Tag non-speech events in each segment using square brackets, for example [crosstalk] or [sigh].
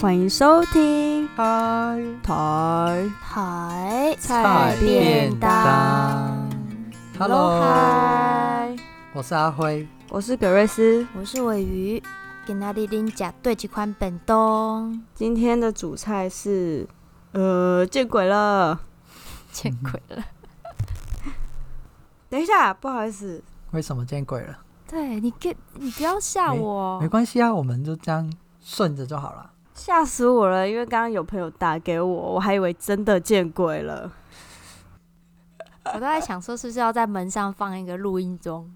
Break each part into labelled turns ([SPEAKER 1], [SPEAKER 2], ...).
[SPEAKER 1] 欢迎收听
[SPEAKER 2] 嗨，
[SPEAKER 1] 台
[SPEAKER 3] 台
[SPEAKER 2] 菜便当。
[SPEAKER 1] Hello，
[SPEAKER 2] Hello，我是阿辉。
[SPEAKER 1] 我是葛瑞斯。
[SPEAKER 3] 我是尾鱼，今仔日恁食对一款便
[SPEAKER 2] [laughs]
[SPEAKER 3] 当，
[SPEAKER 1] 今天的主菜是，呃，见鬼了！
[SPEAKER 3] 见鬼了！
[SPEAKER 1] 等一下，不好意思，
[SPEAKER 2] 为什么见鬼了？
[SPEAKER 3] 对你给你不要吓我
[SPEAKER 2] 没，关系啊，我们就这样顺着就好了。
[SPEAKER 1] 吓死我了，因为刚刚有朋友打给我，我还以为真的见鬼了。
[SPEAKER 3] 我都在想说是不是要在门上放一个录音钟？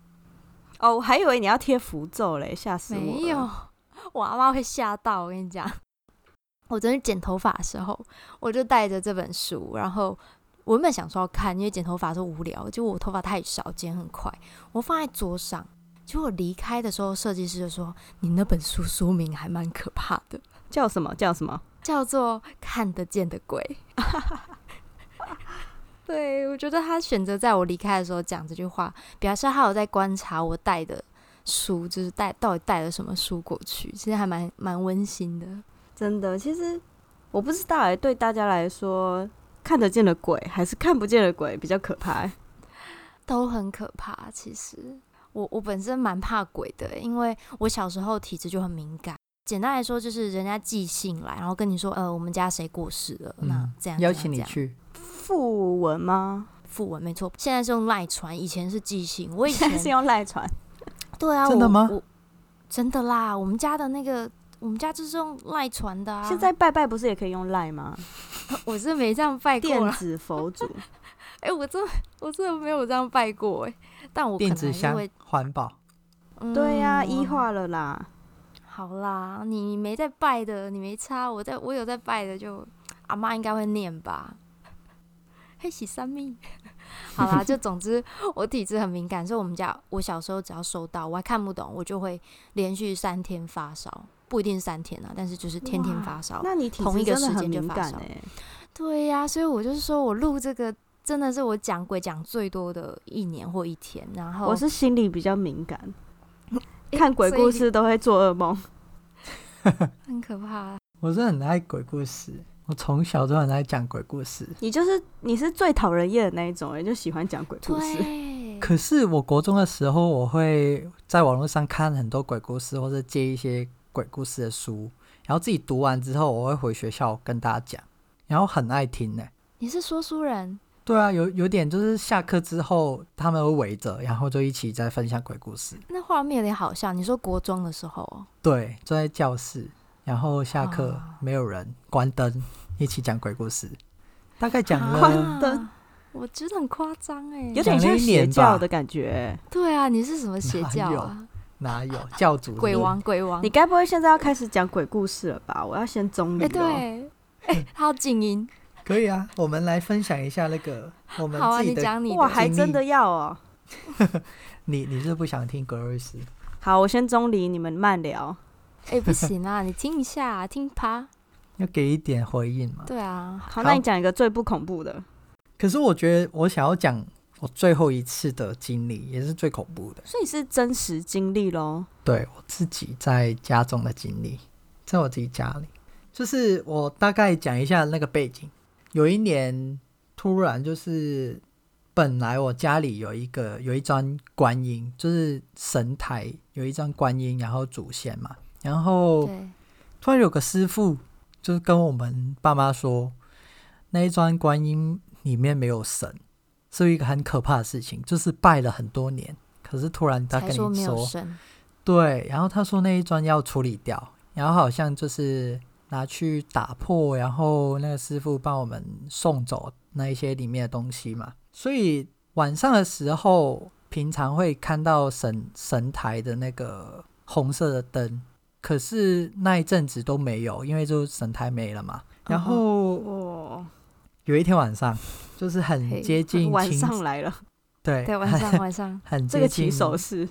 [SPEAKER 1] 哦，我还以为你要贴符咒嘞，吓死我了！
[SPEAKER 3] 没有，我阿妈会吓到。我跟你讲，我昨天剪头发的时候，我就带着这本书，然后我原本想说要看，因为剪头发的时候无聊，结果我头发太少，剪很快，我放在桌上。结果离开的时候，设计师就说：“你那本书书名还蛮可怕的。”
[SPEAKER 1] 叫什么叫什么？
[SPEAKER 3] 叫做看得见的鬼。 [laughs] 对，我觉得他选择在我离开的时候讲这句话，表示他有在观察我带的书，就是带到底带了什么书过去，其实还蛮蛮温馨的。
[SPEAKER 1] 真的，其实我不知道哎，对大家来说，看得见的鬼还是看不见的鬼比较可怕欸。
[SPEAKER 3] 都很可怕。其实我我本身蛮怕鬼的，欸因为我小时候体质就很敏感。简单来说，就是人家寄信来，然后跟你说，呃，我们家谁过世了，那
[SPEAKER 2] 嗯
[SPEAKER 3] 这样
[SPEAKER 2] 邀
[SPEAKER 3] 这
[SPEAKER 2] 请
[SPEAKER 3] 样这
[SPEAKER 2] 你
[SPEAKER 3] 样
[SPEAKER 2] 去，
[SPEAKER 1] 讣文 [laughs] 吗？
[SPEAKER 3] 附文，没错。现在是用赖传，以前是寄信。我以
[SPEAKER 1] 现
[SPEAKER 3] 前
[SPEAKER 1] 在是用赖传，
[SPEAKER 3] 对啊，
[SPEAKER 2] 真的
[SPEAKER 3] 我
[SPEAKER 2] 吗
[SPEAKER 3] 我真的啦，我们家的那个，我们家就是用赖传的啊。
[SPEAKER 1] 现在拜拜不是也可以用赖 [laughs] 吗？
[SPEAKER 3] 我是没这样拜过
[SPEAKER 1] 电
[SPEAKER 3] 啦，
[SPEAKER 1] 子佛祖，
[SPEAKER 3] [laughs] 哎、我真的我真的没有这样拜过哎、但我可
[SPEAKER 2] 电
[SPEAKER 3] 能
[SPEAKER 2] 子
[SPEAKER 3] 还是
[SPEAKER 2] 箱
[SPEAKER 3] 会，
[SPEAKER 2] 环保。
[SPEAKER 3] 嗯
[SPEAKER 1] 对啊呀、医。化了啦。
[SPEAKER 3] 好啦，你没在拜的，你没差，我在我有在拜的就，阿妈应该会念吧。嘿，喜三咪，好
[SPEAKER 2] [laughs]
[SPEAKER 3] 啦，就总之我体质很敏感，所以我们家我小时候只要收到我还看不懂，我就会连续三天发烧，不一定三天啊，但是就是天天
[SPEAKER 1] 哇
[SPEAKER 3] 发烧。
[SPEAKER 1] 那你体
[SPEAKER 3] 同
[SPEAKER 1] 质
[SPEAKER 3] 一个
[SPEAKER 1] 真的
[SPEAKER 3] 时
[SPEAKER 1] 很
[SPEAKER 3] 间就
[SPEAKER 1] 敏
[SPEAKER 3] 发
[SPEAKER 1] 感
[SPEAKER 3] 烧
[SPEAKER 1] 哎、
[SPEAKER 3] 对呀、所以我就是说我录这个真的是我讲鬼讲最多的一年或一天，然后
[SPEAKER 1] 我是心里比较敏感，
[SPEAKER 3] 诶
[SPEAKER 1] 看鬼
[SPEAKER 3] 所以
[SPEAKER 1] 故事都会做噩梦。
[SPEAKER 3] 很可怕。啊
[SPEAKER 2] 我是很爱鬼故事，我从小就很爱讲鬼故事。
[SPEAKER 1] 你就是你是最讨人厌的那一种人，就喜欢讲鬼故事。
[SPEAKER 3] 对，
[SPEAKER 2] 可是我国中的时候，我会在网络上看很多鬼故事，或者借一些鬼故事的书，然后自己读完之后，我会回学校跟大家讲，然后很爱听呢、
[SPEAKER 3] 你是说书人，
[SPEAKER 2] 对啊，有有点就是下课之后他们会围着，然后就一起在分享鬼故事。
[SPEAKER 3] 那画面有点好笑。你说国中的时候哦，
[SPEAKER 2] 对，坐在教室，然后下课
[SPEAKER 3] 啊
[SPEAKER 2] 没有人，关灯，一起讲鬼故事，大概讲
[SPEAKER 1] 关
[SPEAKER 2] 了
[SPEAKER 1] 啊灯，
[SPEAKER 3] 我觉得很夸张哎。
[SPEAKER 1] 有点
[SPEAKER 2] 讲
[SPEAKER 1] 像
[SPEAKER 2] 了一年
[SPEAKER 1] 邪
[SPEAKER 2] 吧
[SPEAKER 1] 教的感觉欸、
[SPEAKER 3] 对啊，你是什么邪
[SPEAKER 2] 哪
[SPEAKER 3] 教
[SPEAKER 2] 有
[SPEAKER 3] 啊？
[SPEAKER 2] 哪有教主是不是
[SPEAKER 3] 鬼王，鬼王
[SPEAKER 1] 你。该不会现在要开始讲鬼故事了吧？我要先中立、
[SPEAKER 3] 哎，
[SPEAKER 1] 哦。
[SPEAKER 3] 对，哎，他要静音。
[SPEAKER 2] 可以啊，我们来分享一下那个我们
[SPEAKER 3] 好啊，
[SPEAKER 2] 自己
[SPEAKER 3] 你
[SPEAKER 2] 的。
[SPEAKER 3] 讲你
[SPEAKER 1] 哇，
[SPEAKER 3] 的。
[SPEAKER 1] 还真的要哦。
[SPEAKER 2] 你你是不想听格瑞斯？
[SPEAKER 1] 好，我先中立，你们慢聊。
[SPEAKER 3] 哎，不行啊，你听一下，听趴。
[SPEAKER 2] 要给一点回应嘛？
[SPEAKER 3] 对啊，
[SPEAKER 1] 好，
[SPEAKER 2] 好
[SPEAKER 1] 那你讲一个最不恐怖的，
[SPEAKER 2] 可是我觉得我想要讲我最后一次的经历，也是最恐怖的，
[SPEAKER 1] 所以是真实经历喽。
[SPEAKER 2] 对我自己在家中的经历，在我自己家里，就是我大概讲一下那个背景。有一年突然就是，本来我家里有一个有一张观音，就是神台有一张观音，然后祖先嘛，然后
[SPEAKER 1] 哦
[SPEAKER 3] 对，
[SPEAKER 2] 突然有个师傅就是跟我们爸妈说，那一尊观音里面没有神，是一个很可怕的事情，就是拜了很多年，可是突然他跟你
[SPEAKER 3] 才说
[SPEAKER 2] 说，
[SPEAKER 3] 没有声。
[SPEAKER 2] 对，然后他说那一尊要处理掉，然后好像就是拿去打破，然后那个师傅帮我们送走那一些里面的东西嘛。所以晚上的时候，平常会看到神神台的那个红色的灯，可是那一阵子都没有，因为就神台没了
[SPEAKER 1] 嗯
[SPEAKER 2] 嘛。然
[SPEAKER 3] 嗯
[SPEAKER 2] 后
[SPEAKER 1] 哇，
[SPEAKER 2] 有一天晚上，就是很
[SPEAKER 3] 嘿
[SPEAKER 2] 接近
[SPEAKER 1] 晚
[SPEAKER 2] 清
[SPEAKER 1] 上来了，
[SPEAKER 2] 对
[SPEAKER 3] 对，晚上晚上，
[SPEAKER 2] 很
[SPEAKER 1] 这
[SPEAKER 2] 接
[SPEAKER 1] 个起
[SPEAKER 2] 近
[SPEAKER 1] 手式。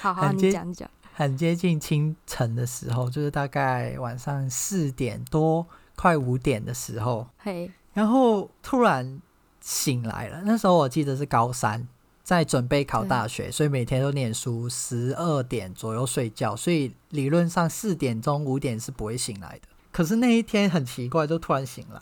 [SPEAKER 3] 好好，
[SPEAKER 1] 哎
[SPEAKER 2] 很
[SPEAKER 3] 你
[SPEAKER 2] 接
[SPEAKER 3] 讲你讲。
[SPEAKER 2] 很接近清晨的时候，就是大概晚上四点多快五点的时候，
[SPEAKER 3] 嘿，
[SPEAKER 2] 然后突然醒来了。那时候我记得是高三，在准备考大学，所以每天都念书，十二点左右睡觉，所以理论上四点钟、五点是不会醒来的。可是那一天很奇怪，就突然醒来，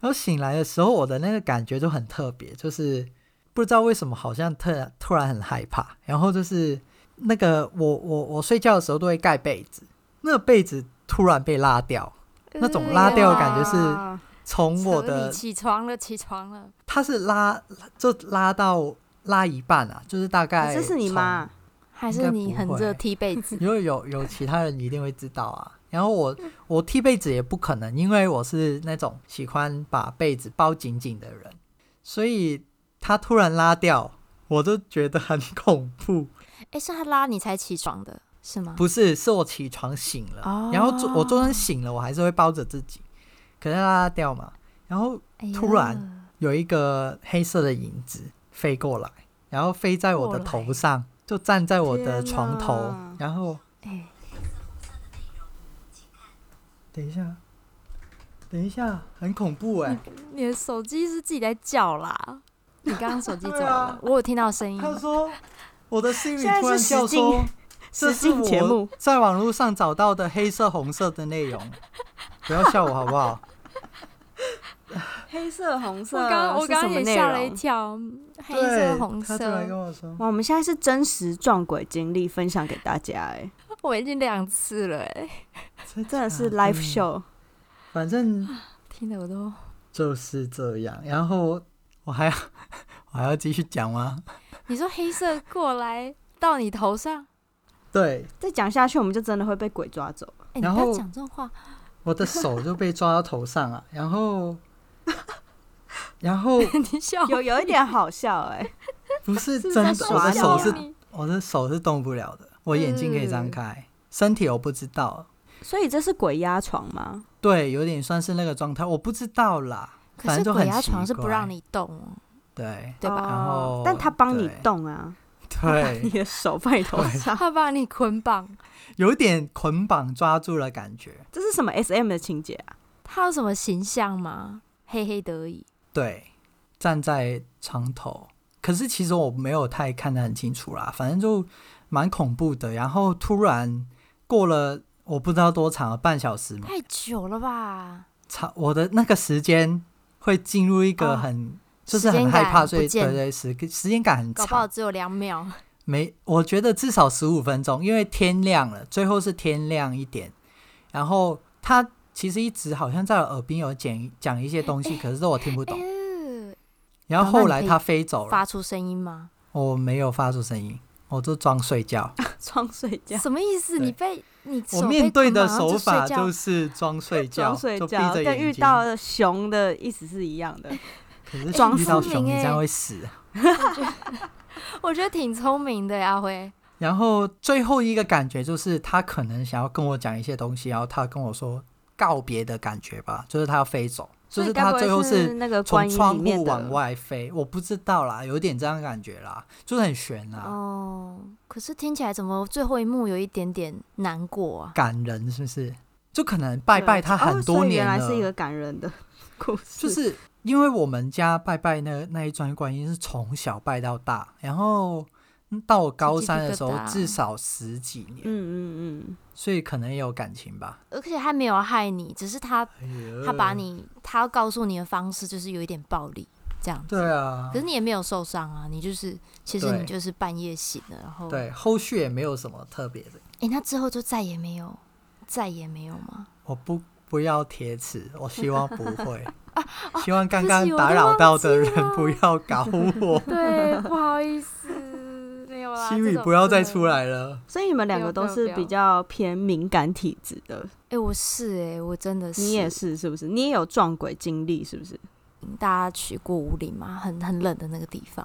[SPEAKER 2] 然后醒来的时候，我的那个感觉就很特别，就是不知道为什么，好像突然突然很害怕，然后就是那个我我我睡觉的时候都会盖被子，那个被子突然被拉掉，那种拉掉的感觉是
[SPEAKER 1] 哇
[SPEAKER 2] 从我
[SPEAKER 3] 扯
[SPEAKER 2] 的
[SPEAKER 3] 你起床了，起床了，
[SPEAKER 2] 他是拉就拉到拉一半啊，就是大概
[SPEAKER 1] 哦这是你妈
[SPEAKER 2] 从？
[SPEAKER 3] 还
[SPEAKER 2] 应该
[SPEAKER 3] 是你
[SPEAKER 2] 不
[SPEAKER 3] 很
[SPEAKER 2] 会
[SPEAKER 3] 热踢被子？ [laughs]
[SPEAKER 2] 因为有有其他人一定会知道啊。然后我我踢被子也不可能，因为我是那种喜欢把被子包紧紧的人，所以他突然拉掉，我就觉得很恐怖。
[SPEAKER 3] 哎、是他拉你才起床的，是吗？
[SPEAKER 2] 不是，是我起床醒了，
[SPEAKER 3] 哦
[SPEAKER 2] 然后昨我昨天醒了，我还是会包着自己，可是他拉掉嘛。然后
[SPEAKER 3] 哎呀
[SPEAKER 2] 突然有一个黑色的影子飞过来，然后飞在我的
[SPEAKER 3] 过来
[SPEAKER 2] 头上，就站在我的
[SPEAKER 1] 天
[SPEAKER 2] 床头
[SPEAKER 1] 哪，
[SPEAKER 2] 然后。
[SPEAKER 3] 哎、
[SPEAKER 2] 等一下，等一下，很恐怖哎、
[SPEAKER 3] 你的手机是自己在叫啦。你刚刚手机怎么
[SPEAKER 2] 对啊
[SPEAKER 3] 了？我有听到声音。
[SPEAKER 2] 他说，我的 Siri
[SPEAKER 1] 现在是
[SPEAKER 2] 突然叫
[SPEAKER 1] 实境
[SPEAKER 2] 说， [laughs]
[SPEAKER 1] 实
[SPEAKER 2] 这是
[SPEAKER 1] 境节
[SPEAKER 2] 我
[SPEAKER 1] 目
[SPEAKER 2] 在网络上找到的黑色、红色的内容，不要笑我好
[SPEAKER 1] [laughs]
[SPEAKER 2] 不好？
[SPEAKER 1] 黑色、红色，
[SPEAKER 3] 我
[SPEAKER 2] 啊
[SPEAKER 3] 刚我
[SPEAKER 1] 是
[SPEAKER 3] 刚
[SPEAKER 1] 什
[SPEAKER 3] 刚
[SPEAKER 1] 么
[SPEAKER 3] 也
[SPEAKER 1] 内
[SPEAKER 3] 吓了一
[SPEAKER 1] 容
[SPEAKER 3] 跳，黑
[SPEAKER 2] 对
[SPEAKER 3] 色红
[SPEAKER 2] 他突然
[SPEAKER 3] 色
[SPEAKER 2] 跟，我说，
[SPEAKER 1] 哇，我们现在是真实撞鬼经历分享给大家、哎，
[SPEAKER 3] 我已经两次了、哎，
[SPEAKER 1] 真的是
[SPEAKER 2] 假嗯
[SPEAKER 1] live show，
[SPEAKER 2] 反正
[SPEAKER 3] 听得我都
[SPEAKER 2] 就是这样。然后我还要 [laughs] 我还要继续讲吗？
[SPEAKER 3] 你说黑色过来到你头上，
[SPEAKER 2] 对，
[SPEAKER 1] 再讲下去我们就真的会被鬼抓走。
[SPEAKER 3] 哎、你
[SPEAKER 2] 然
[SPEAKER 3] 不要
[SPEAKER 2] 后
[SPEAKER 3] 讲这种话， [laughs]
[SPEAKER 2] 我的手就被抓到头
[SPEAKER 1] [laughs]
[SPEAKER 2] 上啊，然后然后
[SPEAKER 3] 你笑
[SPEAKER 1] 有有一点好笑哎、 [laughs]
[SPEAKER 2] 不是
[SPEAKER 1] 是
[SPEAKER 2] 真
[SPEAKER 1] 在
[SPEAKER 2] 的，我
[SPEAKER 1] 耍
[SPEAKER 2] 的
[SPEAKER 1] 你
[SPEAKER 2] 手
[SPEAKER 1] 啊
[SPEAKER 2] 是我的手是动不了的，我眼睛可以
[SPEAKER 1] 嗯
[SPEAKER 2] 张开，身体我不知道。
[SPEAKER 1] 所以这是鬼压床吗？
[SPEAKER 2] 对，有点算是那个状态，我不知道啦。
[SPEAKER 3] 可
[SPEAKER 2] 反
[SPEAKER 3] 是
[SPEAKER 2] 正就
[SPEAKER 3] 鬼
[SPEAKER 2] 很
[SPEAKER 3] 压
[SPEAKER 2] 奇
[SPEAKER 3] 床是不
[SPEAKER 2] 怪
[SPEAKER 3] 让你动哦，
[SPEAKER 2] 对
[SPEAKER 3] 对吧？
[SPEAKER 2] 然后
[SPEAKER 1] 哦但他帮你
[SPEAKER 2] 对
[SPEAKER 1] 动啊，你 [laughs]
[SPEAKER 2] 对，
[SPEAKER 1] 的手放你头
[SPEAKER 2] 哦
[SPEAKER 1] 上，
[SPEAKER 3] 他把你捆绑，
[SPEAKER 2] 有点捆绑抓住了感觉。
[SPEAKER 1] [laughs] 这是什么 S M 的情节啊？
[SPEAKER 3] 他有什么形象吗？黑黑的而已。
[SPEAKER 2] 对，站在床头，可是其实我没有太看得很清楚啦，反正就蛮恐怖的。然后突然过了我不知道多长，半小时嘛，
[SPEAKER 3] 太久了吧？
[SPEAKER 2] 长我的那个时间会进入一
[SPEAKER 3] 哦
[SPEAKER 2] 个很。就是
[SPEAKER 3] 时间
[SPEAKER 2] 很害怕，
[SPEAKER 3] 感
[SPEAKER 2] 所以
[SPEAKER 3] 不见
[SPEAKER 2] 对对时时间感很
[SPEAKER 3] 搞不好
[SPEAKER 2] 长，
[SPEAKER 3] 只有两秒。 [laughs]
[SPEAKER 2] 没我觉得至少十五分钟，因为天亮了，最后是天亮一点，然后他其实一直好像在我耳边有讲讲一些东西，可是我听不懂。
[SPEAKER 3] 呃
[SPEAKER 2] 然后
[SPEAKER 3] 那
[SPEAKER 2] 后
[SPEAKER 3] 你
[SPEAKER 2] 来
[SPEAKER 3] 可以
[SPEAKER 2] 他飞走了
[SPEAKER 3] 发，出声音吗？
[SPEAKER 2] 我没有发出声音，我就装睡觉。
[SPEAKER 3] 啊
[SPEAKER 1] 装睡
[SPEAKER 2] [laughs]
[SPEAKER 1] 觉，
[SPEAKER 3] 什么意思？
[SPEAKER 2] 对
[SPEAKER 3] 你被你手
[SPEAKER 2] 我
[SPEAKER 3] 被
[SPEAKER 2] 面对的
[SPEAKER 3] 捆绑
[SPEAKER 2] 手法
[SPEAKER 3] 然
[SPEAKER 2] 就
[SPEAKER 3] 后就是
[SPEAKER 2] 装睡觉，
[SPEAKER 1] 装睡
[SPEAKER 2] 就闭
[SPEAKER 1] 觉，
[SPEAKER 2] 着
[SPEAKER 1] 跟遇
[SPEAKER 2] 眼睛。
[SPEAKER 1] 到熊的意思是一样的。
[SPEAKER 2] 可是
[SPEAKER 1] 装
[SPEAKER 2] 遇到
[SPEAKER 3] 睡
[SPEAKER 2] 熊，你这
[SPEAKER 3] 欸
[SPEAKER 2] 样会死。
[SPEAKER 3] 睡觉，我觉得挺聪明的呀，阿辉。
[SPEAKER 2] 然后最后一个感觉就是他可能想要跟我讲一些东西，然后他跟我说告别的感觉吧，就是他要飞走，就
[SPEAKER 1] 所以
[SPEAKER 2] 是
[SPEAKER 1] 该
[SPEAKER 2] 他
[SPEAKER 1] 不会
[SPEAKER 2] 最后
[SPEAKER 1] 是那个观
[SPEAKER 2] 从
[SPEAKER 1] 音
[SPEAKER 2] 窗
[SPEAKER 1] 里
[SPEAKER 2] 户
[SPEAKER 1] 面的
[SPEAKER 2] 往外飞，我不知道啦，有点这样的感觉啦，就是很悬啊啦，
[SPEAKER 3] 哦，可是听起来怎么最后一幕有一点点难过啊？
[SPEAKER 2] 感人是不是？就可能拜拜他
[SPEAKER 1] 对
[SPEAKER 2] 很多年
[SPEAKER 1] 哦所以
[SPEAKER 2] 了，
[SPEAKER 1] 原来是一个感人的故事，
[SPEAKER 2] 就是因为我们家拜拜那那一尊观音是从小拜到大，然后嗯到我高三的时候
[SPEAKER 3] 鸡皮疙瘩
[SPEAKER 2] 至少十几年，
[SPEAKER 1] 嗯嗯
[SPEAKER 2] 所以可能也有感情吧。
[SPEAKER 3] 而且他没有害你，只是他他
[SPEAKER 2] 呃
[SPEAKER 3] 把你他要告诉你的方式就是有一点暴力这样子。
[SPEAKER 2] 对啊
[SPEAKER 3] 可，是你也没有受伤啊，你就是其实
[SPEAKER 2] 对
[SPEAKER 3] 你就是半夜醒了，然后
[SPEAKER 2] 对，后续也没有什么特别的。
[SPEAKER 3] 哎、那之后就再也没有，再也没有吗？ [laughs]
[SPEAKER 2] 我不不要铁齿，我希望不 [laughs] 会。希望刚
[SPEAKER 3] 对
[SPEAKER 2] 刚
[SPEAKER 3] 不起
[SPEAKER 2] 打扰到的
[SPEAKER 3] 我都
[SPEAKER 2] 人
[SPEAKER 3] 忘
[SPEAKER 2] 不要搞 [laughs] 我
[SPEAKER 3] 对，不好意思，没有啊
[SPEAKER 2] ，Siri 不要再出。来了
[SPEAKER 1] 嗯。。所以你们两个都
[SPEAKER 3] 不要
[SPEAKER 1] 是
[SPEAKER 3] 不要
[SPEAKER 1] 比较偏敏感体质的，
[SPEAKER 3] 哎、我是哎、我真的是。
[SPEAKER 1] 你也是是不是？你也有撞鬼经历是不是？
[SPEAKER 3] 大家去过五岭嘛，很很冷的那个地方。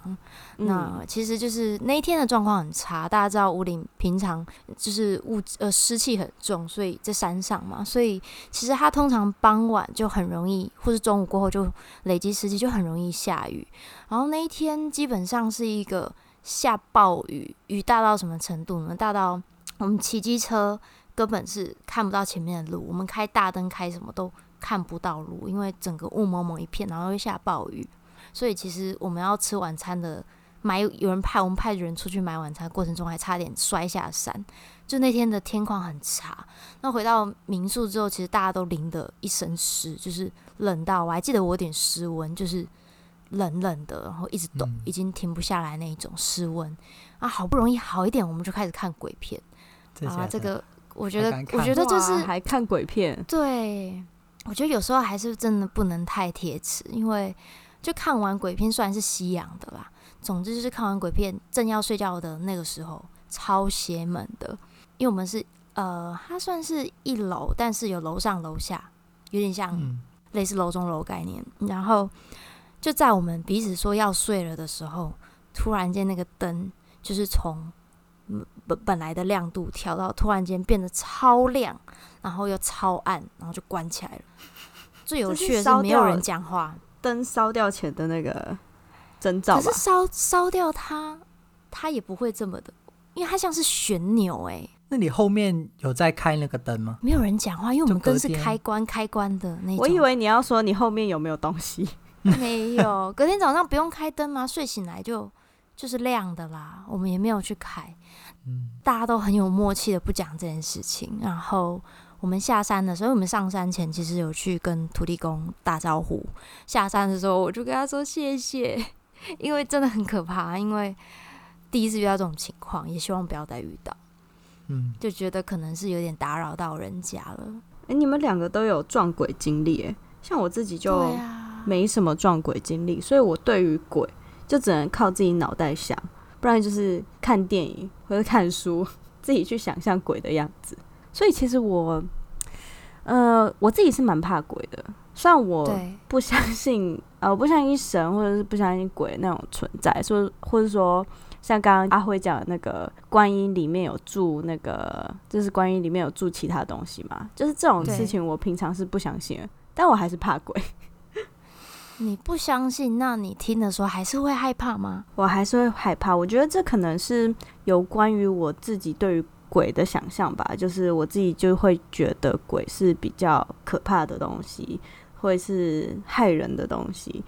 [SPEAKER 1] 嗯
[SPEAKER 3] 那其实就是那一天的状况很差，大家知道五岭平常就是雾呃湿气很重，所以在山上嘛，所以其实它通常傍晚就很容易，或是中午过后就累积湿气，就很容易下雨。然后那一天基本上是一个下暴雨，雨大到什么程度呢？大到我们骑机车根本是看不到前面的路，我们开大灯开什么都看不到路，因为整个雾蒙蒙一片，然后又下暴雨，所以其实我们要吃晚餐的买有人派我们派人出去买晚餐，过程中还差点摔下山。就那天的天况很差，那回到民宿之后，其实大家都淋得一身湿，就是冷到我还记得我有点湿温，就是冷冷的，然后一直抖，
[SPEAKER 2] 嗯
[SPEAKER 3] 已经停不下来那一种湿温啊。好不容易好一点，我们就开始看鬼片
[SPEAKER 2] 这
[SPEAKER 3] 啊。这个我觉
[SPEAKER 2] 还
[SPEAKER 3] 得
[SPEAKER 2] 敢，看
[SPEAKER 3] 我觉得就
[SPEAKER 1] 哇
[SPEAKER 3] 是
[SPEAKER 1] 还看鬼片，
[SPEAKER 3] 对，我觉得有时候还是真的不能太铁齿，因为就看完鬼片虽然是西洋的啦，总之就是看完鬼片正要睡觉的那个时候，超邪门的，因为我们是呃，它算是一楼，但是有楼上楼下，有点像
[SPEAKER 2] 嗯，
[SPEAKER 3] 类似楼中楼概念。然后就在我们彼此说要睡了的时候，突然间那个灯就是从嗯本本来的亮度调到突然间变得超亮，然后又超暗，然后就关起来了。最有
[SPEAKER 1] 这是
[SPEAKER 3] 趣的
[SPEAKER 1] 烧
[SPEAKER 3] 是没有
[SPEAKER 1] 掉
[SPEAKER 3] 人
[SPEAKER 1] 了
[SPEAKER 3] 讲话，
[SPEAKER 1] 灯烧掉前的那个征兆
[SPEAKER 3] 可
[SPEAKER 1] 吧
[SPEAKER 3] 是？烧烧掉它，它也不会这么的，因为它像是旋钮哎、
[SPEAKER 2] 那你后面有在开那个灯吗？
[SPEAKER 3] 没有人讲话，因为我
[SPEAKER 2] 就
[SPEAKER 3] 们灯
[SPEAKER 2] 隔
[SPEAKER 3] 是
[SPEAKER 2] 天
[SPEAKER 3] 开关开关的那种。
[SPEAKER 1] 我以为你要说你后面有没有东西， [laughs]
[SPEAKER 3] [laughs] 没有，隔天早上不用开灯吗？睡醒来就就是亮的啦，我们也没有去开，
[SPEAKER 2] 嗯，
[SPEAKER 3] 大家都很有默契的不讲这件事情。然后我们下山的时候，因为我们上山前其实有去跟土地公打招呼，下山的时候我就跟他说谢谢， [laughs] 因为真的很可怕，因为第一次遇到这种情况，也希望不要再遇到，
[SPEAKER 2] 嗯，
[SPEAKER 3] 就觉得可能是有点打扰到人家了。
[SPEAKER 1] 哎、你们两个都有撞鬼经历，哎，像我自己就
[SPEAKER 3] 对啊，
[SPEAKER 1] 没什么撞鬼经历，所以我对于鬼就只能靠自己脑袋想，不然就是看电影或者看书，自己去想象鬼的样子。所以其实我，呃，我自己是蛮怕鬼的，虽然我
[SPEAKER 3] 对，
[SPEAKER 1] 不相信 [laughs] 呃，我不相信神或者是不相信鬼那种存在，说或者说像刚刚阿辉讲的那个观音里面有住那个，就是观音里面有住其他东西嘛，就是这种
[SPEAKER 3] 对
[SPEAKER 1] 事情我平常是不相信的，但我还是怕鬼，
[SPEAKER 3] 你不相信，那你听的时候还是会害怕吗？
[SPEAKER 1] 我还是会害怕。我觉得这可能是有关于我自己对于鬼的想象吧，就是我自己就会觉得鬼是比较可怕的东西，会是害人的东西。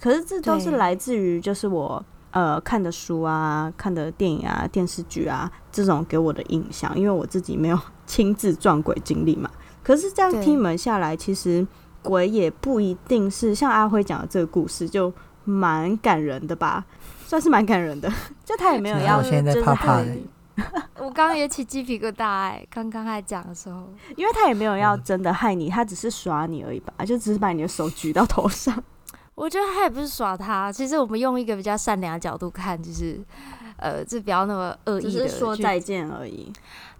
[SPEAKER 1] 可是这都是
[SPEAKER 3] 对
[SPEAKER 1] 来自于就是我呃看的书啊、看的电影啊、电视剧啊这种给我的印象，因为我自己没有 [laughs] 亲自撞鬼经历嘛。可是这样
[SPEAKER 3] 对
[SPEAKER 1] 听你们下来，其实鬼也不一定是像阿辉讲的这个故事就蛮感人的吧，算是蛮感人的。 [laughs] 就他也没有
[SPEAKER 2] 然后
[SPEAKER 1] 要
[SPEAKER 2] 我现在
[SPEAKER 1] 就是
[SPEAKER 2] 怕怕
[SPEAKER 1] 害
[SPEAKER 2] 的
[SPEAKER 1] 你
[SPEAKER 3] 我刚刚也起鸡皮疙瘩哎、刚刚在讲的时候，
[SPEAKER 1] 因为他也没有要
[SPEAKER 2] 嗯
[SPEAKER 1] 真的害你，他只是耍你而已吧，就只是把你的手举到头上。
[SPEAKER 3] 我觉得他也不是耍他，其实我们用一个比较善良的角度看，就是呃，这不要那么恶
[SPEAKER 1] 只
[SPEAKER 3] 意
[SPEAKER 1] 是
[SPEAKER 3] 的
[SPEAKER 1] 说
[SPEAKER 3] 去
[SPEAKER 1] 再见而已。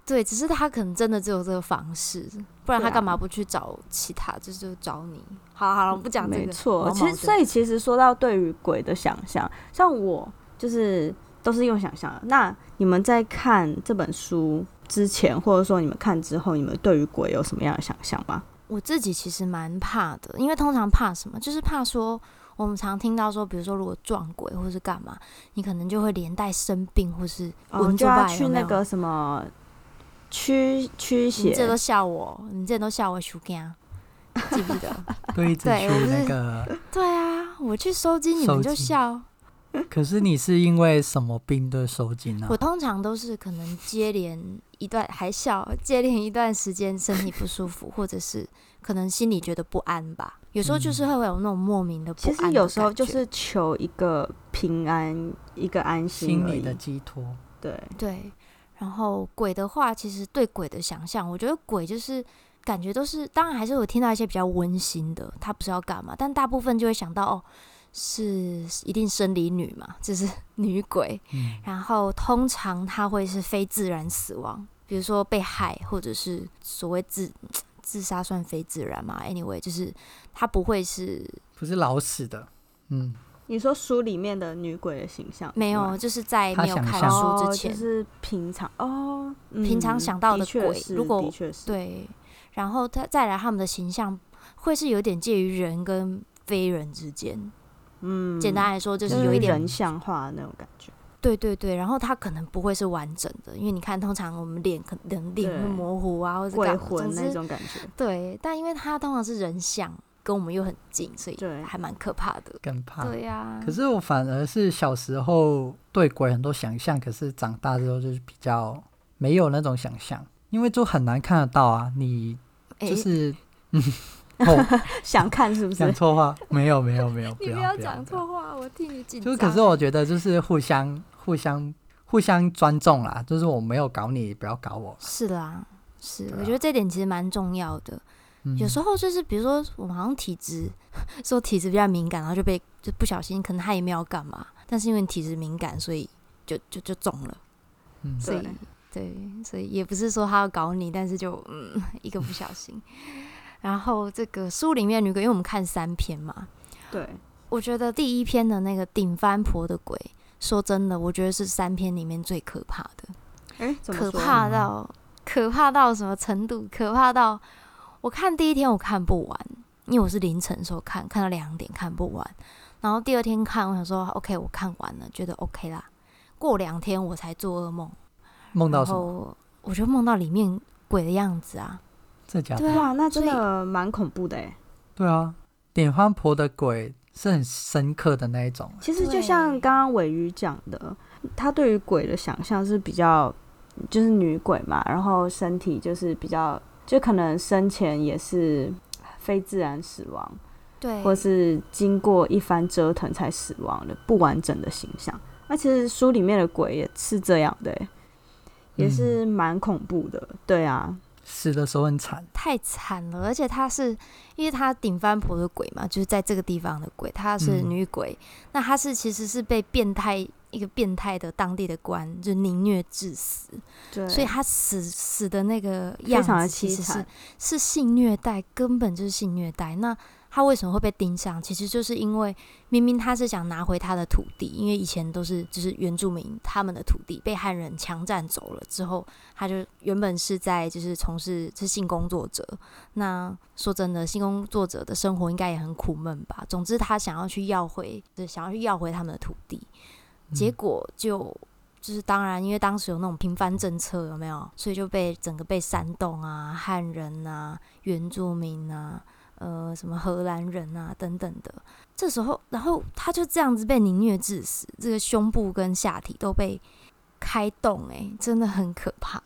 [SPEAKER 3] 对，只是他可能真的只有这个方式，不然
[SPEAKER 1] 对啊
[SPEAKER 3] 他干嘛不去找其他，就是找你？好了好了，我不讲这
[SPEAKER 1] 没
[SPEAKER 3] 个，
[SPEAKER 1] 错，
[SPEAKER 3] 毛
[SPEAKER 1] 其
[SPEAKER 3] 毛
[SPEAKER 1] 实
[SPEAKER 3] 的
[SPEAKER 1] 所以其实说到对于鬼的想象，像我就是都是用想象的。那你们在看这本书之前，或者说你们看之后，你们对于鬼有什么样的想象吗？
[SPEAKER 3] 我自己其实蛮怕的，因为通常怕什么，就是怕说我们常听到说，比如说如果撞鬼或是干嘛，你可能就会连带生病或是
[SPEAKER 1] 我
[SPEAKER 3] 闻
[SPEAKER 1] 们就
[SPEAKER 3] 出
[SPEAKER 1] 要
[SPEAKER 3] 来
[SPEAKER 1] 去那个什么驱驱
[SPEAKER 3] 你这
[SPEAKER 1] 邪
[SPEAKER 3] 都，笑我，你这都笑我鼠 [laughs] 干，记不记得？
[SPEAKER 2] 对，一直
[SPEAKER 3] 对
[SPEAKER 2] 去
[SPEAKER 3] 我不
[SPEAKER 2] 那
[SPEAKER 3] 是
[SPEAKER 2] 个。
[SPEAKER 3] 对啊，我去收金，你们
[SPEAKER 2] 收
[SPEAKER 3] 就
[SPEAKER 2] 金
[SPEAKER 3] 笑。
[SPEAKER 2] 可是你是因为什么病的手筋啊
[SPEAKER 3] 我？通常都是可能接连一段还笑，接连一段时间身体不舒服，或者是可能心里觉得不安吧。有时候就是会有那种莫名的不
[SPEAKER 1] 其
[SPEAKER 3] 安的
[SPEAKER 1] 实有时候
[SPEAKER 3] 感觉
[SPEAKER 1] 就是求一个平安，一个安心
[SPEAKER 2] 心
[SPEAKER 1] 而
[SPEAKER 2] 理
[SPEAKER 1] 已
[SPEAKER 2] 的。寄托。
[SPEAKER 1] 对，
[SPEAKER 3] 对。然后鬼的话，其实对鬼的想象，我觉得鬼就是感觉都是，当然还是有听到一些比较温馨的，他不是要干嘛，但大部分就会想到哦，是一定生理女嘛，就是 [laughs] 女鬼，
[SPEAKER 2] 嗯，
[SPEAKER 3] 然后通常它会是非自然死亡，比如说被害，或者是所谓自自杀算非自然嘛？Anyway，就是它不会是
[SPEAKER 2] 不是老死的。嗯，
[SPEAKER 1] 你说书里面的女鬼的形象
[SPEAKER 3] 没
[SPEAKER 1] 是吗
[SPEAKER 3] 有，就是在
[SPEAKER 2] 他
[SPEAKER 3] 没有
[SPEAKER 2] 想
[SPEAKER 3] 看
[SPEAKER 2] 象
[SPEAKER 3] 书之前，
[SPEAKER 1] 哦、就是平常哦，嗯
[SPEAKER 3] 平常想到的
[SPEAKER 1] 的确
[SPEAKER 3] 鬼
[SPEAKER 1] 是
[SPEAKER 3] 如果
[SPEAKER 1] 的确是
[SPEAKER 3] 对，然后它再来他们的形象会是有点介于人跟非人之间。
[SPEAKER 1] 嗯，
[SPEAKER 3] 简单来说，就
[SPEAKER 1] 就是
[SPEAKER 3] 有一点
[SPEAKER 1] 人像化的那种感觉，
[SPEAKER 3] 对对对，然后它可能不会是完整的，因为你看，通常我们脸可能脸会
[SPEAKER 1] 对
[SPEAKER 3] 模糊啊，或者
[SPEAKER 1] 鬼
[SPEAKER 3] 干嘛，
[SPEAKER 1] 魂
[SPEAKER 3] 总
[SPEAKER 1] 那
[SPEAKER 3] 之 [laughs]
[SPEAKER 1] 种感觉，
[SPEAKER 3] 对，但因为它通常是人像，跟我们又很近，所以
[SPEAKER 1] 对
[SPEAKER 3] 还蛮可怕的。
[SPEAKER 2] 更怕。
[SPEAKER 3] 对呀、
[SPEAKER 2] 啊
[SPEAKER 3] 哎
[SPEAKER 2] 可是我反而是小时候对鬼很多想象，可是长大之后就是比较没有那种想象，因为就很难看得到啊。你
[SPEAKER 3] 哎
[SPEAKER 2] 就是、
[SPEAKER 3] [laughs]
[SPEAKER 2] 嗯，哦，
[SPEAKER 1] 想看是不
[SPEAKER 2] 讲
[SPEAKER 1] 是？
[SPEAKER 2] 错话，没有没有没有，
[SPEAKER 3] 你不
[SPEAKER 2] 要
[SPEAKER 3] 要讲。
[SPEAKER 2] 不要
[SPEAKER 3] 错话，我替你紧
[SPEAKER 2] 就是
[SPEAKER 3] 张。
[SPEAKER 2] 可是我觉得就是互相互相互相尊重啦，就是我没有搞你，你不要搞我。
[SPEAKER 3] 是啦，是，
[SPEAKER 2] 对啊
[SPEAKER 3] 我觉得这点其实蛮重要的。
[SPEAKER 2] 嗯、
[SPEAKER 3] 有时候就是，比如说我们好像体质，说体质比较敏感，然后就被就不小心，可能他也没有干嘛，但是因为你体质敏感，所以就就就中了，
[SPEAKER 2] 嗯
[SPEAKER 3] 所以
[SPEAKER 1] 对
[SPEAKER 3] 对，所以也不是说他要搞你，但是就嗯，一个不小心。 [laughs] 然后这个书里面的女鬼，因为我们看三篇嘛，
[SPEAKER 1] 对，
[SPEAKER 3] 我觉得第一篇的那个顶翻婆的鬼，说真的，我觉得是三篇里面最可怕的。
[SPEAKER 1] 哎，怎么
[SPEAKER 3] 可
[SPEAKER 1] 说
[SPEAKER 3] 怕到可怕到什么程度？可怕到我看第一天我看不完，因为我是凌晨的时候看，看到两点看不完。然后第二天看，我想说 OK，我看完了，觉得 OK 啦。过两天我才做噩梦，
[SPEAKER 2] 梦到
[SPEAKER 3] 然
[SPEAKER 2] 什么？
[SPEAKER 3] 后我就梦到里面鬼的样子啊，
[SPEAKER 2] 这假的？
[SPEAKER 3] 对啊
[SPEAKER 1] 哇，那真
[SPEAKER 3] 所以
[SPEAKER 1] 的蛮恐怖的哎。
[SPEAKER 2] 对啊，点欢婆的鬼是很深刻的那一种。
[SPEAKER 1] 其实就像
[SPEAKER 3] 对
[SPEAKER 1] 刚刚尾鱼讲的，他对于鬼的想象是比较，就是女鬼嘛，然后身体就是比较，就可能生前也是非自然死亡，
[SPEAKER 3] 对，
[SPEAKER 1] 或是经过一番折腾才死亡的不完整的形象。那其实书里面的鬼也是这样的欸、也是蛮恐怖的。对啊，
[SPEAKER 2] 死的时候很惨，
[SPEAKER 3] 太惨了，而且她是因为她顶翻婆的鬼嘛，就是在这个地方的鬼，她是
[SPEAKER 2] 嗯
[SPEAKER 3] 女鬼，那她是其实是被变态一个变态的当地的官就凌虐致死，
[SPEAKER 1] 对，
[SPEAKER 3] 所以她死死的那个
[SPEAKER 1] 非
[SPEAKER 3] 样
[SPEAKER 1] 常的
[SPEAKER 3] 子其
[SPEAKER 1] 凄
[SPEAKER 3] 实是
[SPEAKER 1] 惨。
[SPEAKER 3] 是性虐待，根本就是性虐待。那她为什么会被盯上？其实就是因为明明她是想拿回她的土地，因为以前都是就是原住民他们的土地被汉人强占走了之后，他就原本是在就是从事是性工作者。那说真的，性工作者的生活应该也很苦闷吧。总之，他想要去要回，就是想要去要回他们的土地，结
[SPEAKER 2] 嗯
[SPEAKER 3] 果就。就是当然，因为当时有那种平番政策，有没有？所以就被整个被煽动啊，汉人啊，原住民啊，呃，什么荷兰人啊等等的。这时候，然后他就这样子被凌虐致死，这个胸部跟下体都被开动、欸，真的很可怕。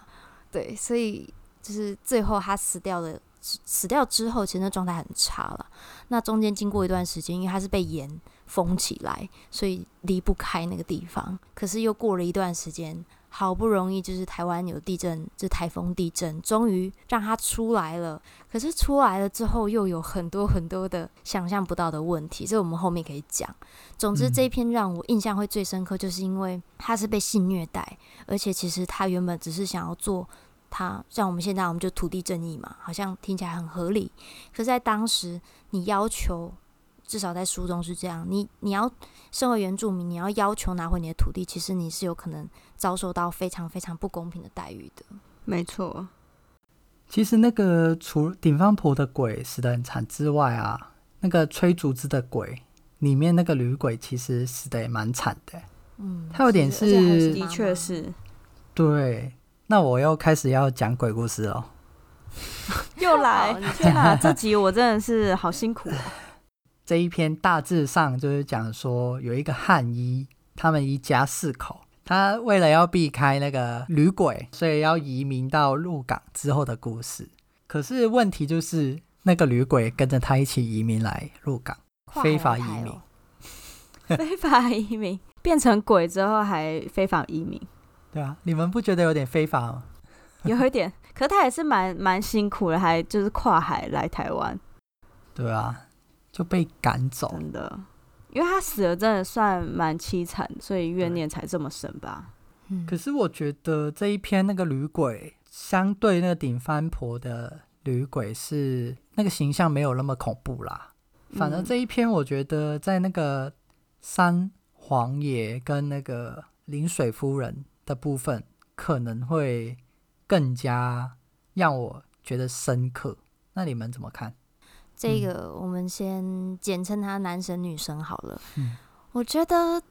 [SPEAKER 3] 对，所以就是最后他死掉的，死掉之后，其实那状态很差了。那中间经过一段时间，因为他是被盐封起来，所以离不开那个地方。可是又过了一段时间，好不容易就是台湾有地震，就台风地震，终于让他出来了。可是出来了之后，又有很多很多的想象不到的问题，这我们后面可以讲。总之，
[SPEAKER 2] 嗯
[SPEAKER 3] 这一篇让我印象会最深刻，就是因为他是被性虐待，而且其实他原本只是想要做他，像我们现在我们就土地正义嘛，好像听起来很合理。可是，在当时，你要求至少在书中是这样，你你要身为原住民，你要要求拿回你的土地，其实你是有可能遭受到非常非常不公平的待遇的。
[SPEAKER 1] 没错，
[SPEAKER 2] 其实那个除顶方婆的鬼死的很惨之外啊，那个吹竹子的鬼里面那个女鬼其实死的也蛮惨的。
[SPEAKER 3] 嗯，
[SPEAKER 2] 它有点
[SPEAKER 3] 而且还
[SPEAKER 2] 是
[SPEAKER 1] 的
[SPEAKER 3] 妈妈
[SPEAKER 1] 确，是
[SPEAKER 2] 对，那我又开始要讲鬼故事了。
[SPEAKER 1] 又
[SPEAKER 3] 来
[SPEAKER 1] 天哪，这集我真的是好辛苦、哦。
[SPEAKER 2] 这一篇大致上就是讲说，有一个汉医，他们一家四口，他为了要避开那个旅鬼，所以要移民到鹿港之后的故事。可是问题就是，那个旅鬼跟着他一起移民来鹿港，
[SPEAKER 3] 跨
[SPEAKER 2] 非
[SPEAKER 3] 海
[SPEAKER 2] 法移
[SPEAKER 3] 派哦
[SPEAKER 1] [laughs]
[SPEAKER 2] 民。
[SPEAKER 1] 非法移民变成鬼之后还非法移
[SPEAKER 2] [laughs]
[SPEAKER 1] 民，
[SPEAKER 2] 对啊，你们不觉得有点非法吗？
[SPEAKER 1] 有一点，可是他也是蛮蛮辛苦的，还就是跨海来台湾，
[SPEAKER 2] 对啊，就被赶走。
[SPEAKER 1] 真的，因为他死了真的算蛮凄惨，所以怨念才这么深吧。
[SPEAKER 3] 嗯，
[SPEAKER 2] 可是我觉得这一篇那个旅鬼，相对那个顶翻婆的旅鬼是那个形象没有那么恐怖啦。反正
[SPEAKER 1] 嗯
[SPEAKER 2] 这一篇，我觉得在那个三皇爷跟那个临水夫人的部分，可能会更加让我觉得深刻。那你们怎么看？
[SPEAKER 3] 这个我们先简称他男神女神好了。
[SPEAKER 2] 嗯
[SPEAKER 3] 我觉得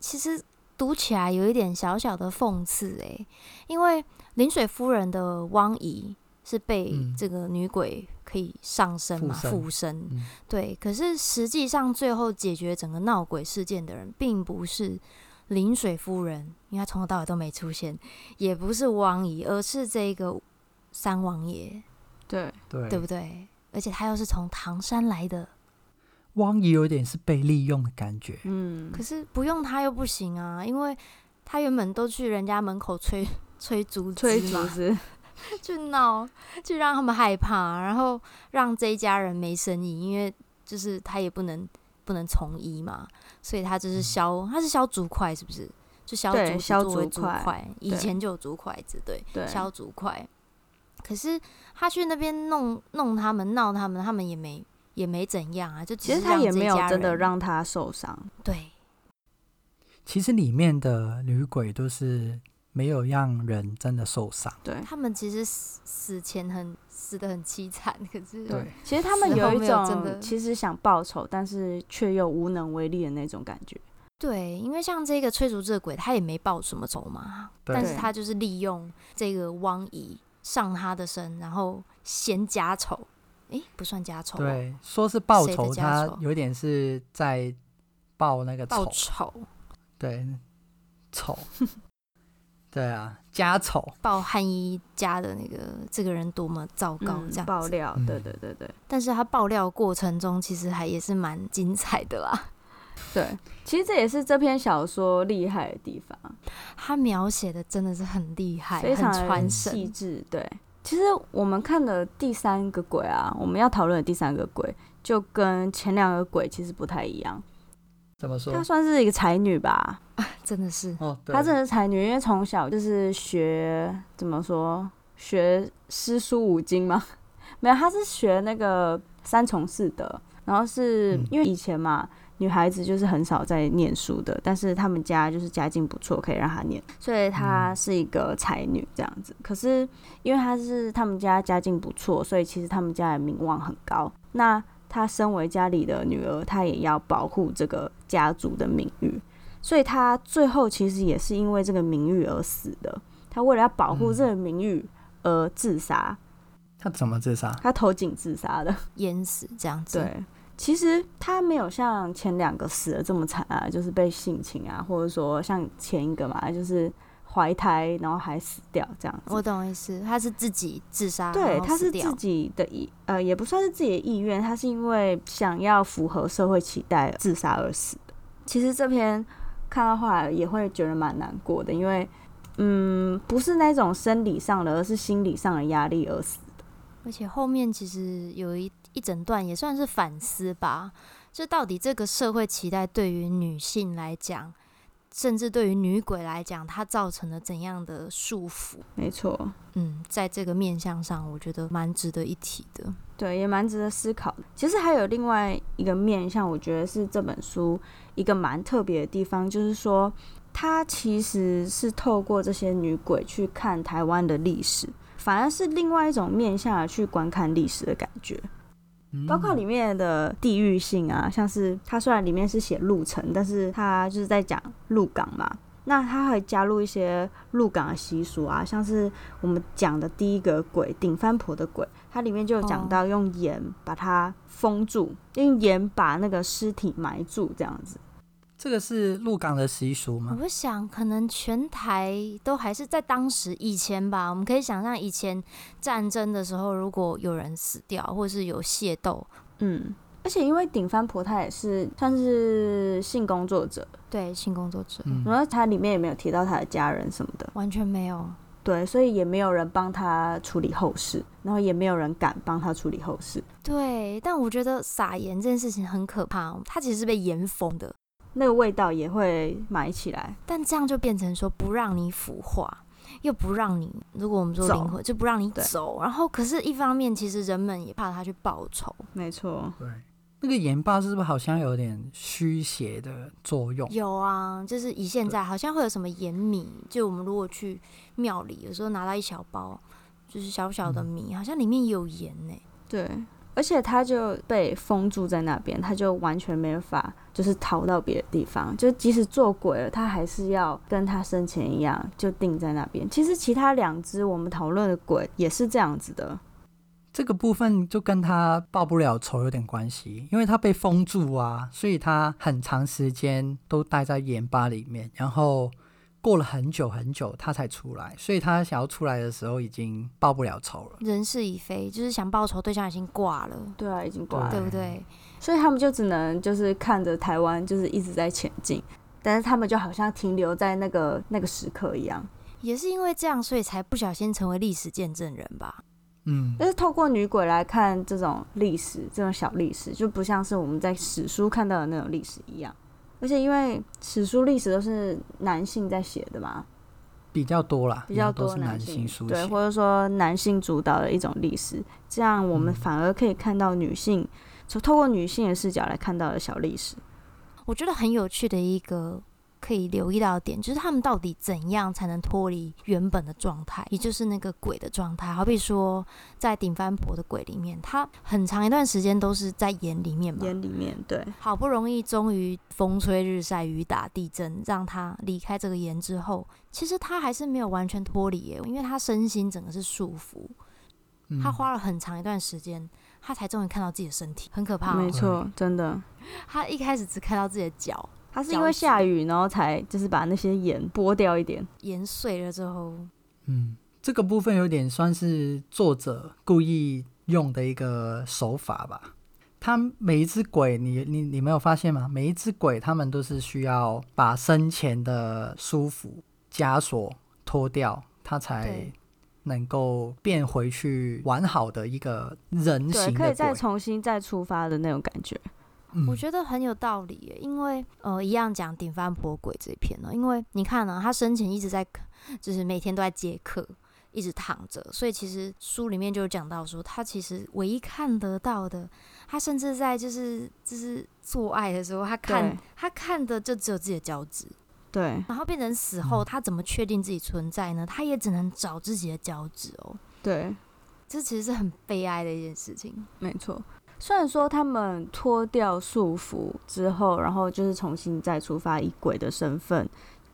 [SPEAKER 3] 其实读起来有一点小小的讽刺欸诶、因为临水夫人的汪姨是被
[SPEAKER 2] 嗯
[SPEAKER 3] 这个女鬼可以上身嘛，
[SPEAKER 2] 附身
[SPEAKER 3] 附身。
[SPEAKER 2] 嗯
[SPEAKER 3] 对，可是实际上最后解决整个闹鬼事件的人，并不是临水夫人，因为她从头到尾都没出现，也不是王姨，而是这个三王爷，
[SPEAKER 1] 对，
[SPEAKER 2] 对，
[SPEAKER 3] 对不对？而且他又是从唐山来的，
[SPEAKER 2] 汪姨有点是被利用的感觉，
[SPEAKER 1] 嗯
[SPEAKER 3] 可，是不用他又不行啊，因为他原本都去人家门口吹 [laughs] 吹竹枝
[SPEAKER 1] 吹
[SPEAKER 3] 嘛
[SPEAKER 1] 竹子，
[SPEAKER 3] 去闹，去让他们害怕，然后让这一家人没生意，因为就是他也不能不能从医嘛，所以他就是消，他是消竹筷是不是？就消
[SPEAKER 1] 嗯对
[SPEAKER 3] 竹子
[SPEAKER 1] 削
[SPEAKER 3] 作为
[SPEAKER 1] 竹
[SPEAKER 3] 竹
[SPEAKER 1] 筷
[SPEAKER 3] 筷，以
[SPEAKER 1] 对
[SPEAKER 3] 前就有竹筷子，对，
[SPEAKER 1] [laughs] 对，
[SPEAKER 3] 消竹筷。可是他去那边弄弄他们闹他们，他们也没也没怎样啊，就只
[SPEAKER 1] 其实
[SPEAKER 3] 是
[SPEAKER 1] 他
[SPEAKER 3] 让
[SPEAKER 1] 也
[SPEAKER 3] 这
[SPEAKER 1] 没有
[SPEAKER 3] 家
[SPEAKER 1] 真的
[SPEAKER 3] 人
[SPEAKER 1] 让他受伤，
[SPEAKER 3] 对
[SPEAKER 2] 其实里面的女鬼都是没有让人真的受伤，
[SPEAKER 1] 对
[SPEAKER 3] 他们其实死死前很死的很凄惨，可是
[SPEAKER 2] 对，
[SPEAKER 1] 其实他们
[SPEAKER 3] 死后
[SPEAKER 1] 有一
[SPEAKER 3] 没有真的
[SPEAKER 1] 种其实想报仇，但是却又无能为力的那种感觉。
[SPEAKER 3] 对，因为像这个吹竹这个鬼，他也没报什么仇嘛，
[SPEAKER 2] 对
[SPEAKER 3] 但是他就是利用这个汪姨上他的身，然后先家丑，诶，不算家丑、哦，
[SPEAKER 2] 对，说是报
[SPEAKER 3] 谁
[SPEAKER 2] 仇，
[SPEAKER 3] 在家
[SPEAKER 2] 他
[SPEAKER 3] 仇
[SPEAKER 2] 有点是在报那个
[SPEAKER 3] 报
[SPEAKER 2] 仇，
[SPEAKER 3] 仇，
[SPEAKER 2] 对，仇， [laughs] 对啊，家仇，
[SPEAKER 3] 报汉一家的那个这个人多么糟糕
[SPEAKER 1] 嗯
[SPEAKER 3] 这样子。
[SPEAKER 1] 爆料，
[SPEAKER 2] 嗯
[SPEAKER 1] 对对对对
[SPEAKER 3] 但是他爆料过程中，其实还也是蛮精彩的啦。
[SPEAKER 1] 对。其实这也是这篇小说厉害的地方，
[SPEAKER 3] 他描写的真的是很厉害，
[SPEAKER 1] 非常
[SPEAKER 3] 很
[SPEAKER 1] 的
[SPEAKER 3] 传
[SPEAKER 1] 细
[SPEAKER 3] 神。
[SPEAKER 1] 致。对，其实我们看的第三个鬼啊，我们要讨论的第三个鬼，就跟前两个鬼其实不太一样。
[SPEAKER 2] 怎么说
[SPEAKER 1] 她？算是一个才女吧，
[SPEAKER 3] 真的是
[SPEAKER 2] 哦，对
[SPEAKER 1] 她真的是才女，因为从小就是学怎么说学诗书五经嘛， [laughs] 没有，她是学那个三从四德，然后是、
[SPEAKER 2] 嗯
[SPEAKER 1] 因为以前嘛。女孩子就是很少在念书的，但是他们家就是家境不错，可以让她念，所以她
[SPEAKER 2] 嗯
[SPEAKER 1] 是一个才女这样子。可是因为她是他们家家境不错，所以其实他们家的名望很高。那她身为家里的女儿，她也要保护这个家族的名誉，所以他最后其实也是因为这个名誉而死的。他为了要保护
[SPEAKER 2] 嗯
[SPEAKER 1] 这个名誉而自杀，
[SPEAKER 2] 他怎么自杀？
[SPEAKER 1] 他投井自杀的。
[SPEAKER 3] 淹死这样子。，
[SPEAKER 1] 对，其实他没有像前两个死的这么惨啊，就是被性侵啊，或者说像前一个嘛，就是怀胎然后还死掉这样子。
[SPEAKER 3] 我懂意思，他是自己自杀，然
[SPEAKER 1] 对，
[SPEAKER 3] 后
[SPEAKER 1] 他
[SPEAKER 3] 死
[SPEAKER 1] 是
[SPEAKER 3] 掉
[SPEAKER 1] 自己的意，呃，也不算是自己的意愿，他是因为想要符合社会期待自杀而死的。其实这篇看到后来也会觉得蛮难过的，因为嗯，不是那种生理上的，而是心理上的压力而死。
[SPEAKER 3] 而且后面其实有一一整段也算是反思吧，就到底这个社会期待对于女性来讲，甚至对于女鬼来讲，它造成了怎样的束缚？
[SPEAKER 1] 没错，
[SPEAKER 3] 嗯，在这个面向上，我觉得蛮值得一提的。
[SPEAKER 1] 对，也蛮值得思考的。其实还有另外一个面向，我觉得是这本书一个蛮特别的地方，就是说它其实是透过这些女鬼去看台湾的历史，反而是另外一种面向来去观看历史的感觉。
[SPEAKER 2] 嗯
[SPEAKER 1] 包括里面的地域性啊，像是它虽然里面是写路程，但是它就是在讲鹿港嘛。那它还加入一些鹿港的习俗啊，像是我们讲的第一个鬼顶翻婆的鬼，它里面就有讲
[SPEAKER 2] 哦
[SPEAKER 1] 到用盐把它封住，用盐把那个尸体埋住这样子。
[SPEAKER 2] 这个是鹿港的习俗吗？
[SPEAKER 3] 我想，可能全台都还是在当时以前吧。我们可以想象，以前战争的时候，如果有人死掉，或是有械斗，
[SPEAKER 1] 嗯，而且因为顶翻婆她也是算是性工作者，
[SPEAKER 3] 对性工作者、
[SPEAKER 2] 嗯，
[SPEAKER 1] 然后它里面也没有提到她的家人什么的。
[SPEAKER 3] 完全没有。
[SPEAKER 1] 对，所以也没有人帮他处理后事，然后也没有人敢帮他处理后事。
[SPEAKER 3] 对，但我觉得撒盐这件事情很可怕哦，它其实是被盐封的，
[SPEAKER 1] 那个味道也会埋起来，
[SPEAKER 3] 但这样就变成说不让你腐化，又不让你，如果我们说
[SPEAKER 1] 走
[SPEAKER 3] 灵魂就不让你
[SPEAKER 1] 对
[SPEAKER 3] 走，然后可是一方面其实人们也怕他去报仇，
[SPEAKER 1] 没错，
[SPEAKER 2] 对，那个盐巴是不是好像有点驱邪的作用？
[SPEAKER 3] 有啊，就是以现在好像会有什么盐米，就我们如果去庙里，有时候拿到一小包，就是小小的
[SPEAKER 2] 嗯
[SPEAKER 3] 米，好像里面有盐呢、
[SPEAKER 1] 对，而且他就被封住在那边，他就完全没法就是逃到别的地方，就即使做鬼了，他还是要跟他生前一样就定在那边。其实其他两只我们讨论的鬼也是这样子的，
[SPEAKER 2] 这个部分就跟他报不了仇有点关系，因为他被封住啊，所以他很长时间都待在盐巴里面，然后过了很久很久他才出来，所以他想要出来的时候已经报不了仇了。
[SPEAKER 3] 人事已非，就是想报仇对象已经挂了，
[SPEAKER 1] 对啊，已经挂了，
[SPEAKER 3] 对不对？
[SPEAKER 1] 所以他们就只能就是看着台湾就是一直在前进，但是他们就好像停留在那个那个时刻一样。
[SPEAKER 3] 也是因为这样，所以才不小心成为历史见证人吧。
[SPEAKER 2] 嗯
[SPEAKER 1] 就是透过女鬼来看这种历史，这种小历史，就不像是我们在史书看到的那种历史一样。而且因为史书历史都是男性在写的嘛，
[SPEAKER 2] 比较多啦，
[SPEAKER 1] 比较
[SPEAKER 2] 都
[SPEAKER 1] 多
[SPEAKER 2] 是男
[SPEAKER 1] 性
[SPEAKER 2] 性书
[SPEAKER 1] 对，
[SPEAKER 2] 写。
[SPEAKER 1] 或者说男性主导的一种历史，这样我们
[SPEAKER 2] 嗯
[SPEAKER 1] 反而可以看到女性，从透过女性的视角来看到的小历史。
[SPEAKER 3] 我觉得很有趣的一个可以留意到的点，就是他们到底怎样才能脱离原本的状态，也就是那个鬼的状态。好比说，在顶番婆的鬼里面，她很长一段时间都是在眼里面嘛，
[SPEAKER 1] 眼里面对，
[SPEAKER 3] 好不容易终于风吹日晒雨打地震，让他离开这个盐之后，其实他还是没有完全脱离耶，因为他身心整个是束缚，
[SPEAKER 2] 嗯
[SPEAKER 3] 他花了很长一段时间，他才终于看到自己的身体，很可怕哦、
[SPEAKER 1] 没错，真的。
[SPEAKER 3] 他一开始只看到自己的脚，
[SPEAKER 1] 他是因为下雨，然后才就是把那些盐剥掉一点。
[SPEAKER 3] 盐碎了之后，
[SPEAKER 2] 嗯，这个部分有点算是作者故意用的一个手法吧。他每一只鬼，你你你没有发现吗？每一只鬼，他们都是需要把生前的束缚枷锁脱掉，他才
[SPEAKER 3] 对
[SPEAKER 2] 能够变回去完好的一个人
[SPEAKER 1] 对，
[SPEAKER 2] 形
[SPEAKER 1] 可以
[SPEAKER 2] 的
[SPEAKER 1] 再
[SPEAKER 2] 鬼。
[SPEAKER 1] 重新再出发的那种感觉。
[SPEAKER 2] 嗯
[SPEAKER 3] 我觉得很有道理耶，因为呃，一样讲顶番婆鬼这一篇哦呢，因为你看呢、他生前一直在， [laughs] 就是每天都在接客，一直躺着，所以其实书里面就有讲到说，他其实唯一看得到的，他甚至在就是就是做爱的时候，他看
[SPEAKER 1] 对
[SPEAKER 3] 他看的就只有自己的脚趾，
[SPEAKER 1] 对
[SPEAKER 3] 然后变成死后，他怎么确定自己存在呢？他也只能找自己的脚趾哦，
[SPEAKER 1] 对，
[SPEAKER 3] 这其实是很悲哀的一件事情。
[SPEAKER 1] 没错。虽然说他们脱掉束缚之后，然后就是重新再出发以鬼的身份，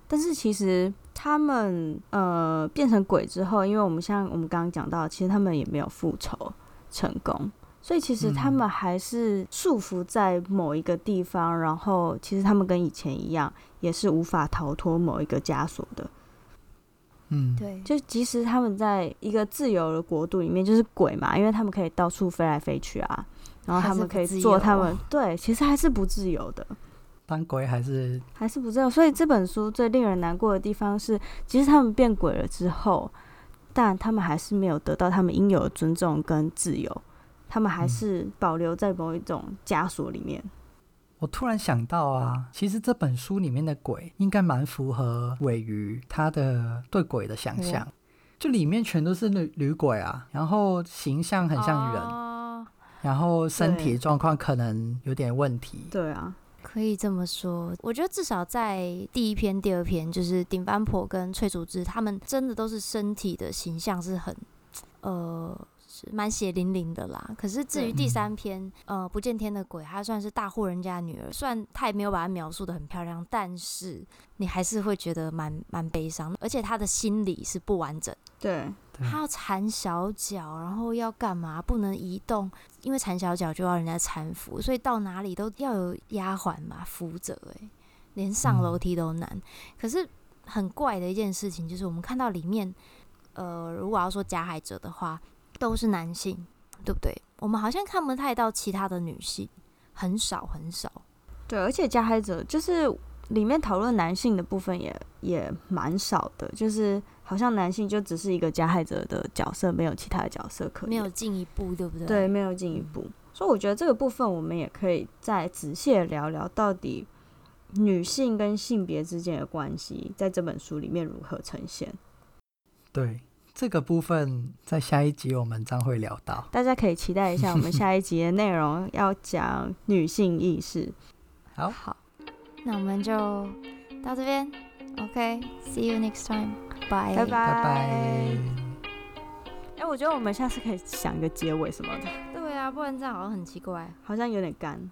[SPEAKER 1] 但是其实他们呃变成鬼之后，因为我们像我们刚刚讲到，其实他们也没有复仇成功，所以其实他
[SPEAKER 2] 嗯
[SPEAKER 1] 们还是束缚在某一个地方，然后其实他们跟以前一样，也是无法逃脱某一个枷锁的。
[SPEAKER 2] 嗯，
[SPEAKER 3] 对，
[SPEAKER 1] 就即使他们在一个自由的国度里面，就是鬼嘛，因为他们可以到处飞来飞去啊，然后他们可以做他
[SPEAKER 3] 还是
[SPEAKER 1] 们对，其实还是不自由的，
[SPEAKER 2] 当鬼还是
[SPEAKER 1] 还是不自由。所以这本书最令人难过的地方是，即使他们变鬼了之后，但他们还是没有得到他们应有的尊重跟自由，他们还是保留在某一种枷锁里面。
[SPEAKER 2] 我突然想到啊，其实这本书里面的鬼应该蛮符合尾鱼他的对鬼的想象，就里面全都是女女鬼啊，然后形象很像人，
[SPEAKER 3] 哦
[SPEAKER 2] 然后身体
[SPEAKER 1] 对
[SPEAKER 2] 状况可能有点问题。
[SPEAKER 1] 对啊，
[SPEAKER 3] 可以这么说，我觉得至少在第一篇、第二篇，就是顶番婆跟翠竹枝，他们真的都是身体的形象是很，呃，是蛮血淋淋的啦。可是至
[SPEAKER 1] 对
[SPEAKER 3] 于第三篇，呃，不见天的鬼，她算是大户人家的女儿，虽然她也没有把她描述的很漂亮，但是你还是会觉得蛮蛮悲伤的，而且她的心理是不完整。
[SPEAKER 1] 对
[SPEAKER 2] 对
[SPEAKER 3] 他要缠小脚，然后要干嘛？不能移动，因为缠小脚就要人家搀扶，所以到哪里都要有丫鬟嘛扶着、欸，连上
[SPEAKER 2] 嗯
[SPEAKER 3] 楼梯都难。可是很怪的一件事情就是，我们看到里面，呃，如果要说加害者的话，都是男性，对不对？我们好像看不太到其他的女性，很少很少。
[SPEAKER 1] 对，而且加害者就是里面讨论男性的部分也也蛮少的，就是好像男性就只是一个加害者的角色，没有其他的角色可言，
[SPEAKER 3] 没有进一步，对不对？
[SPEAKER 1] 对，没有进一步。所以我觉得这个部分我们也可以再仔细地聊聊，到底女性跟性别之间的关系在这本书里面如何呈现。
[SPEAKER 2] 对，这个部分在下一集我们将会聊到。
[SPEAKER 1] 大家可以期待一下我们下一集的内容，要讲女性意识。
[SPEAKER 2] 好，
[SPEAKER 3] 好，那我们就到这边。OK，see、you next time，拜
[SPEAKER 1] 拜
[SPEAKER 2] 拜
[SPEAKER 1] 拜
[SPEAKER 2] 拜。。
[SPEAKER 1] 哎、我觉得我们下次可以想一个结尾什么的，
[SPEAKER 3] 对啊，不然这样好像很奇怪。
[SPEAKER 1] 好像有点干。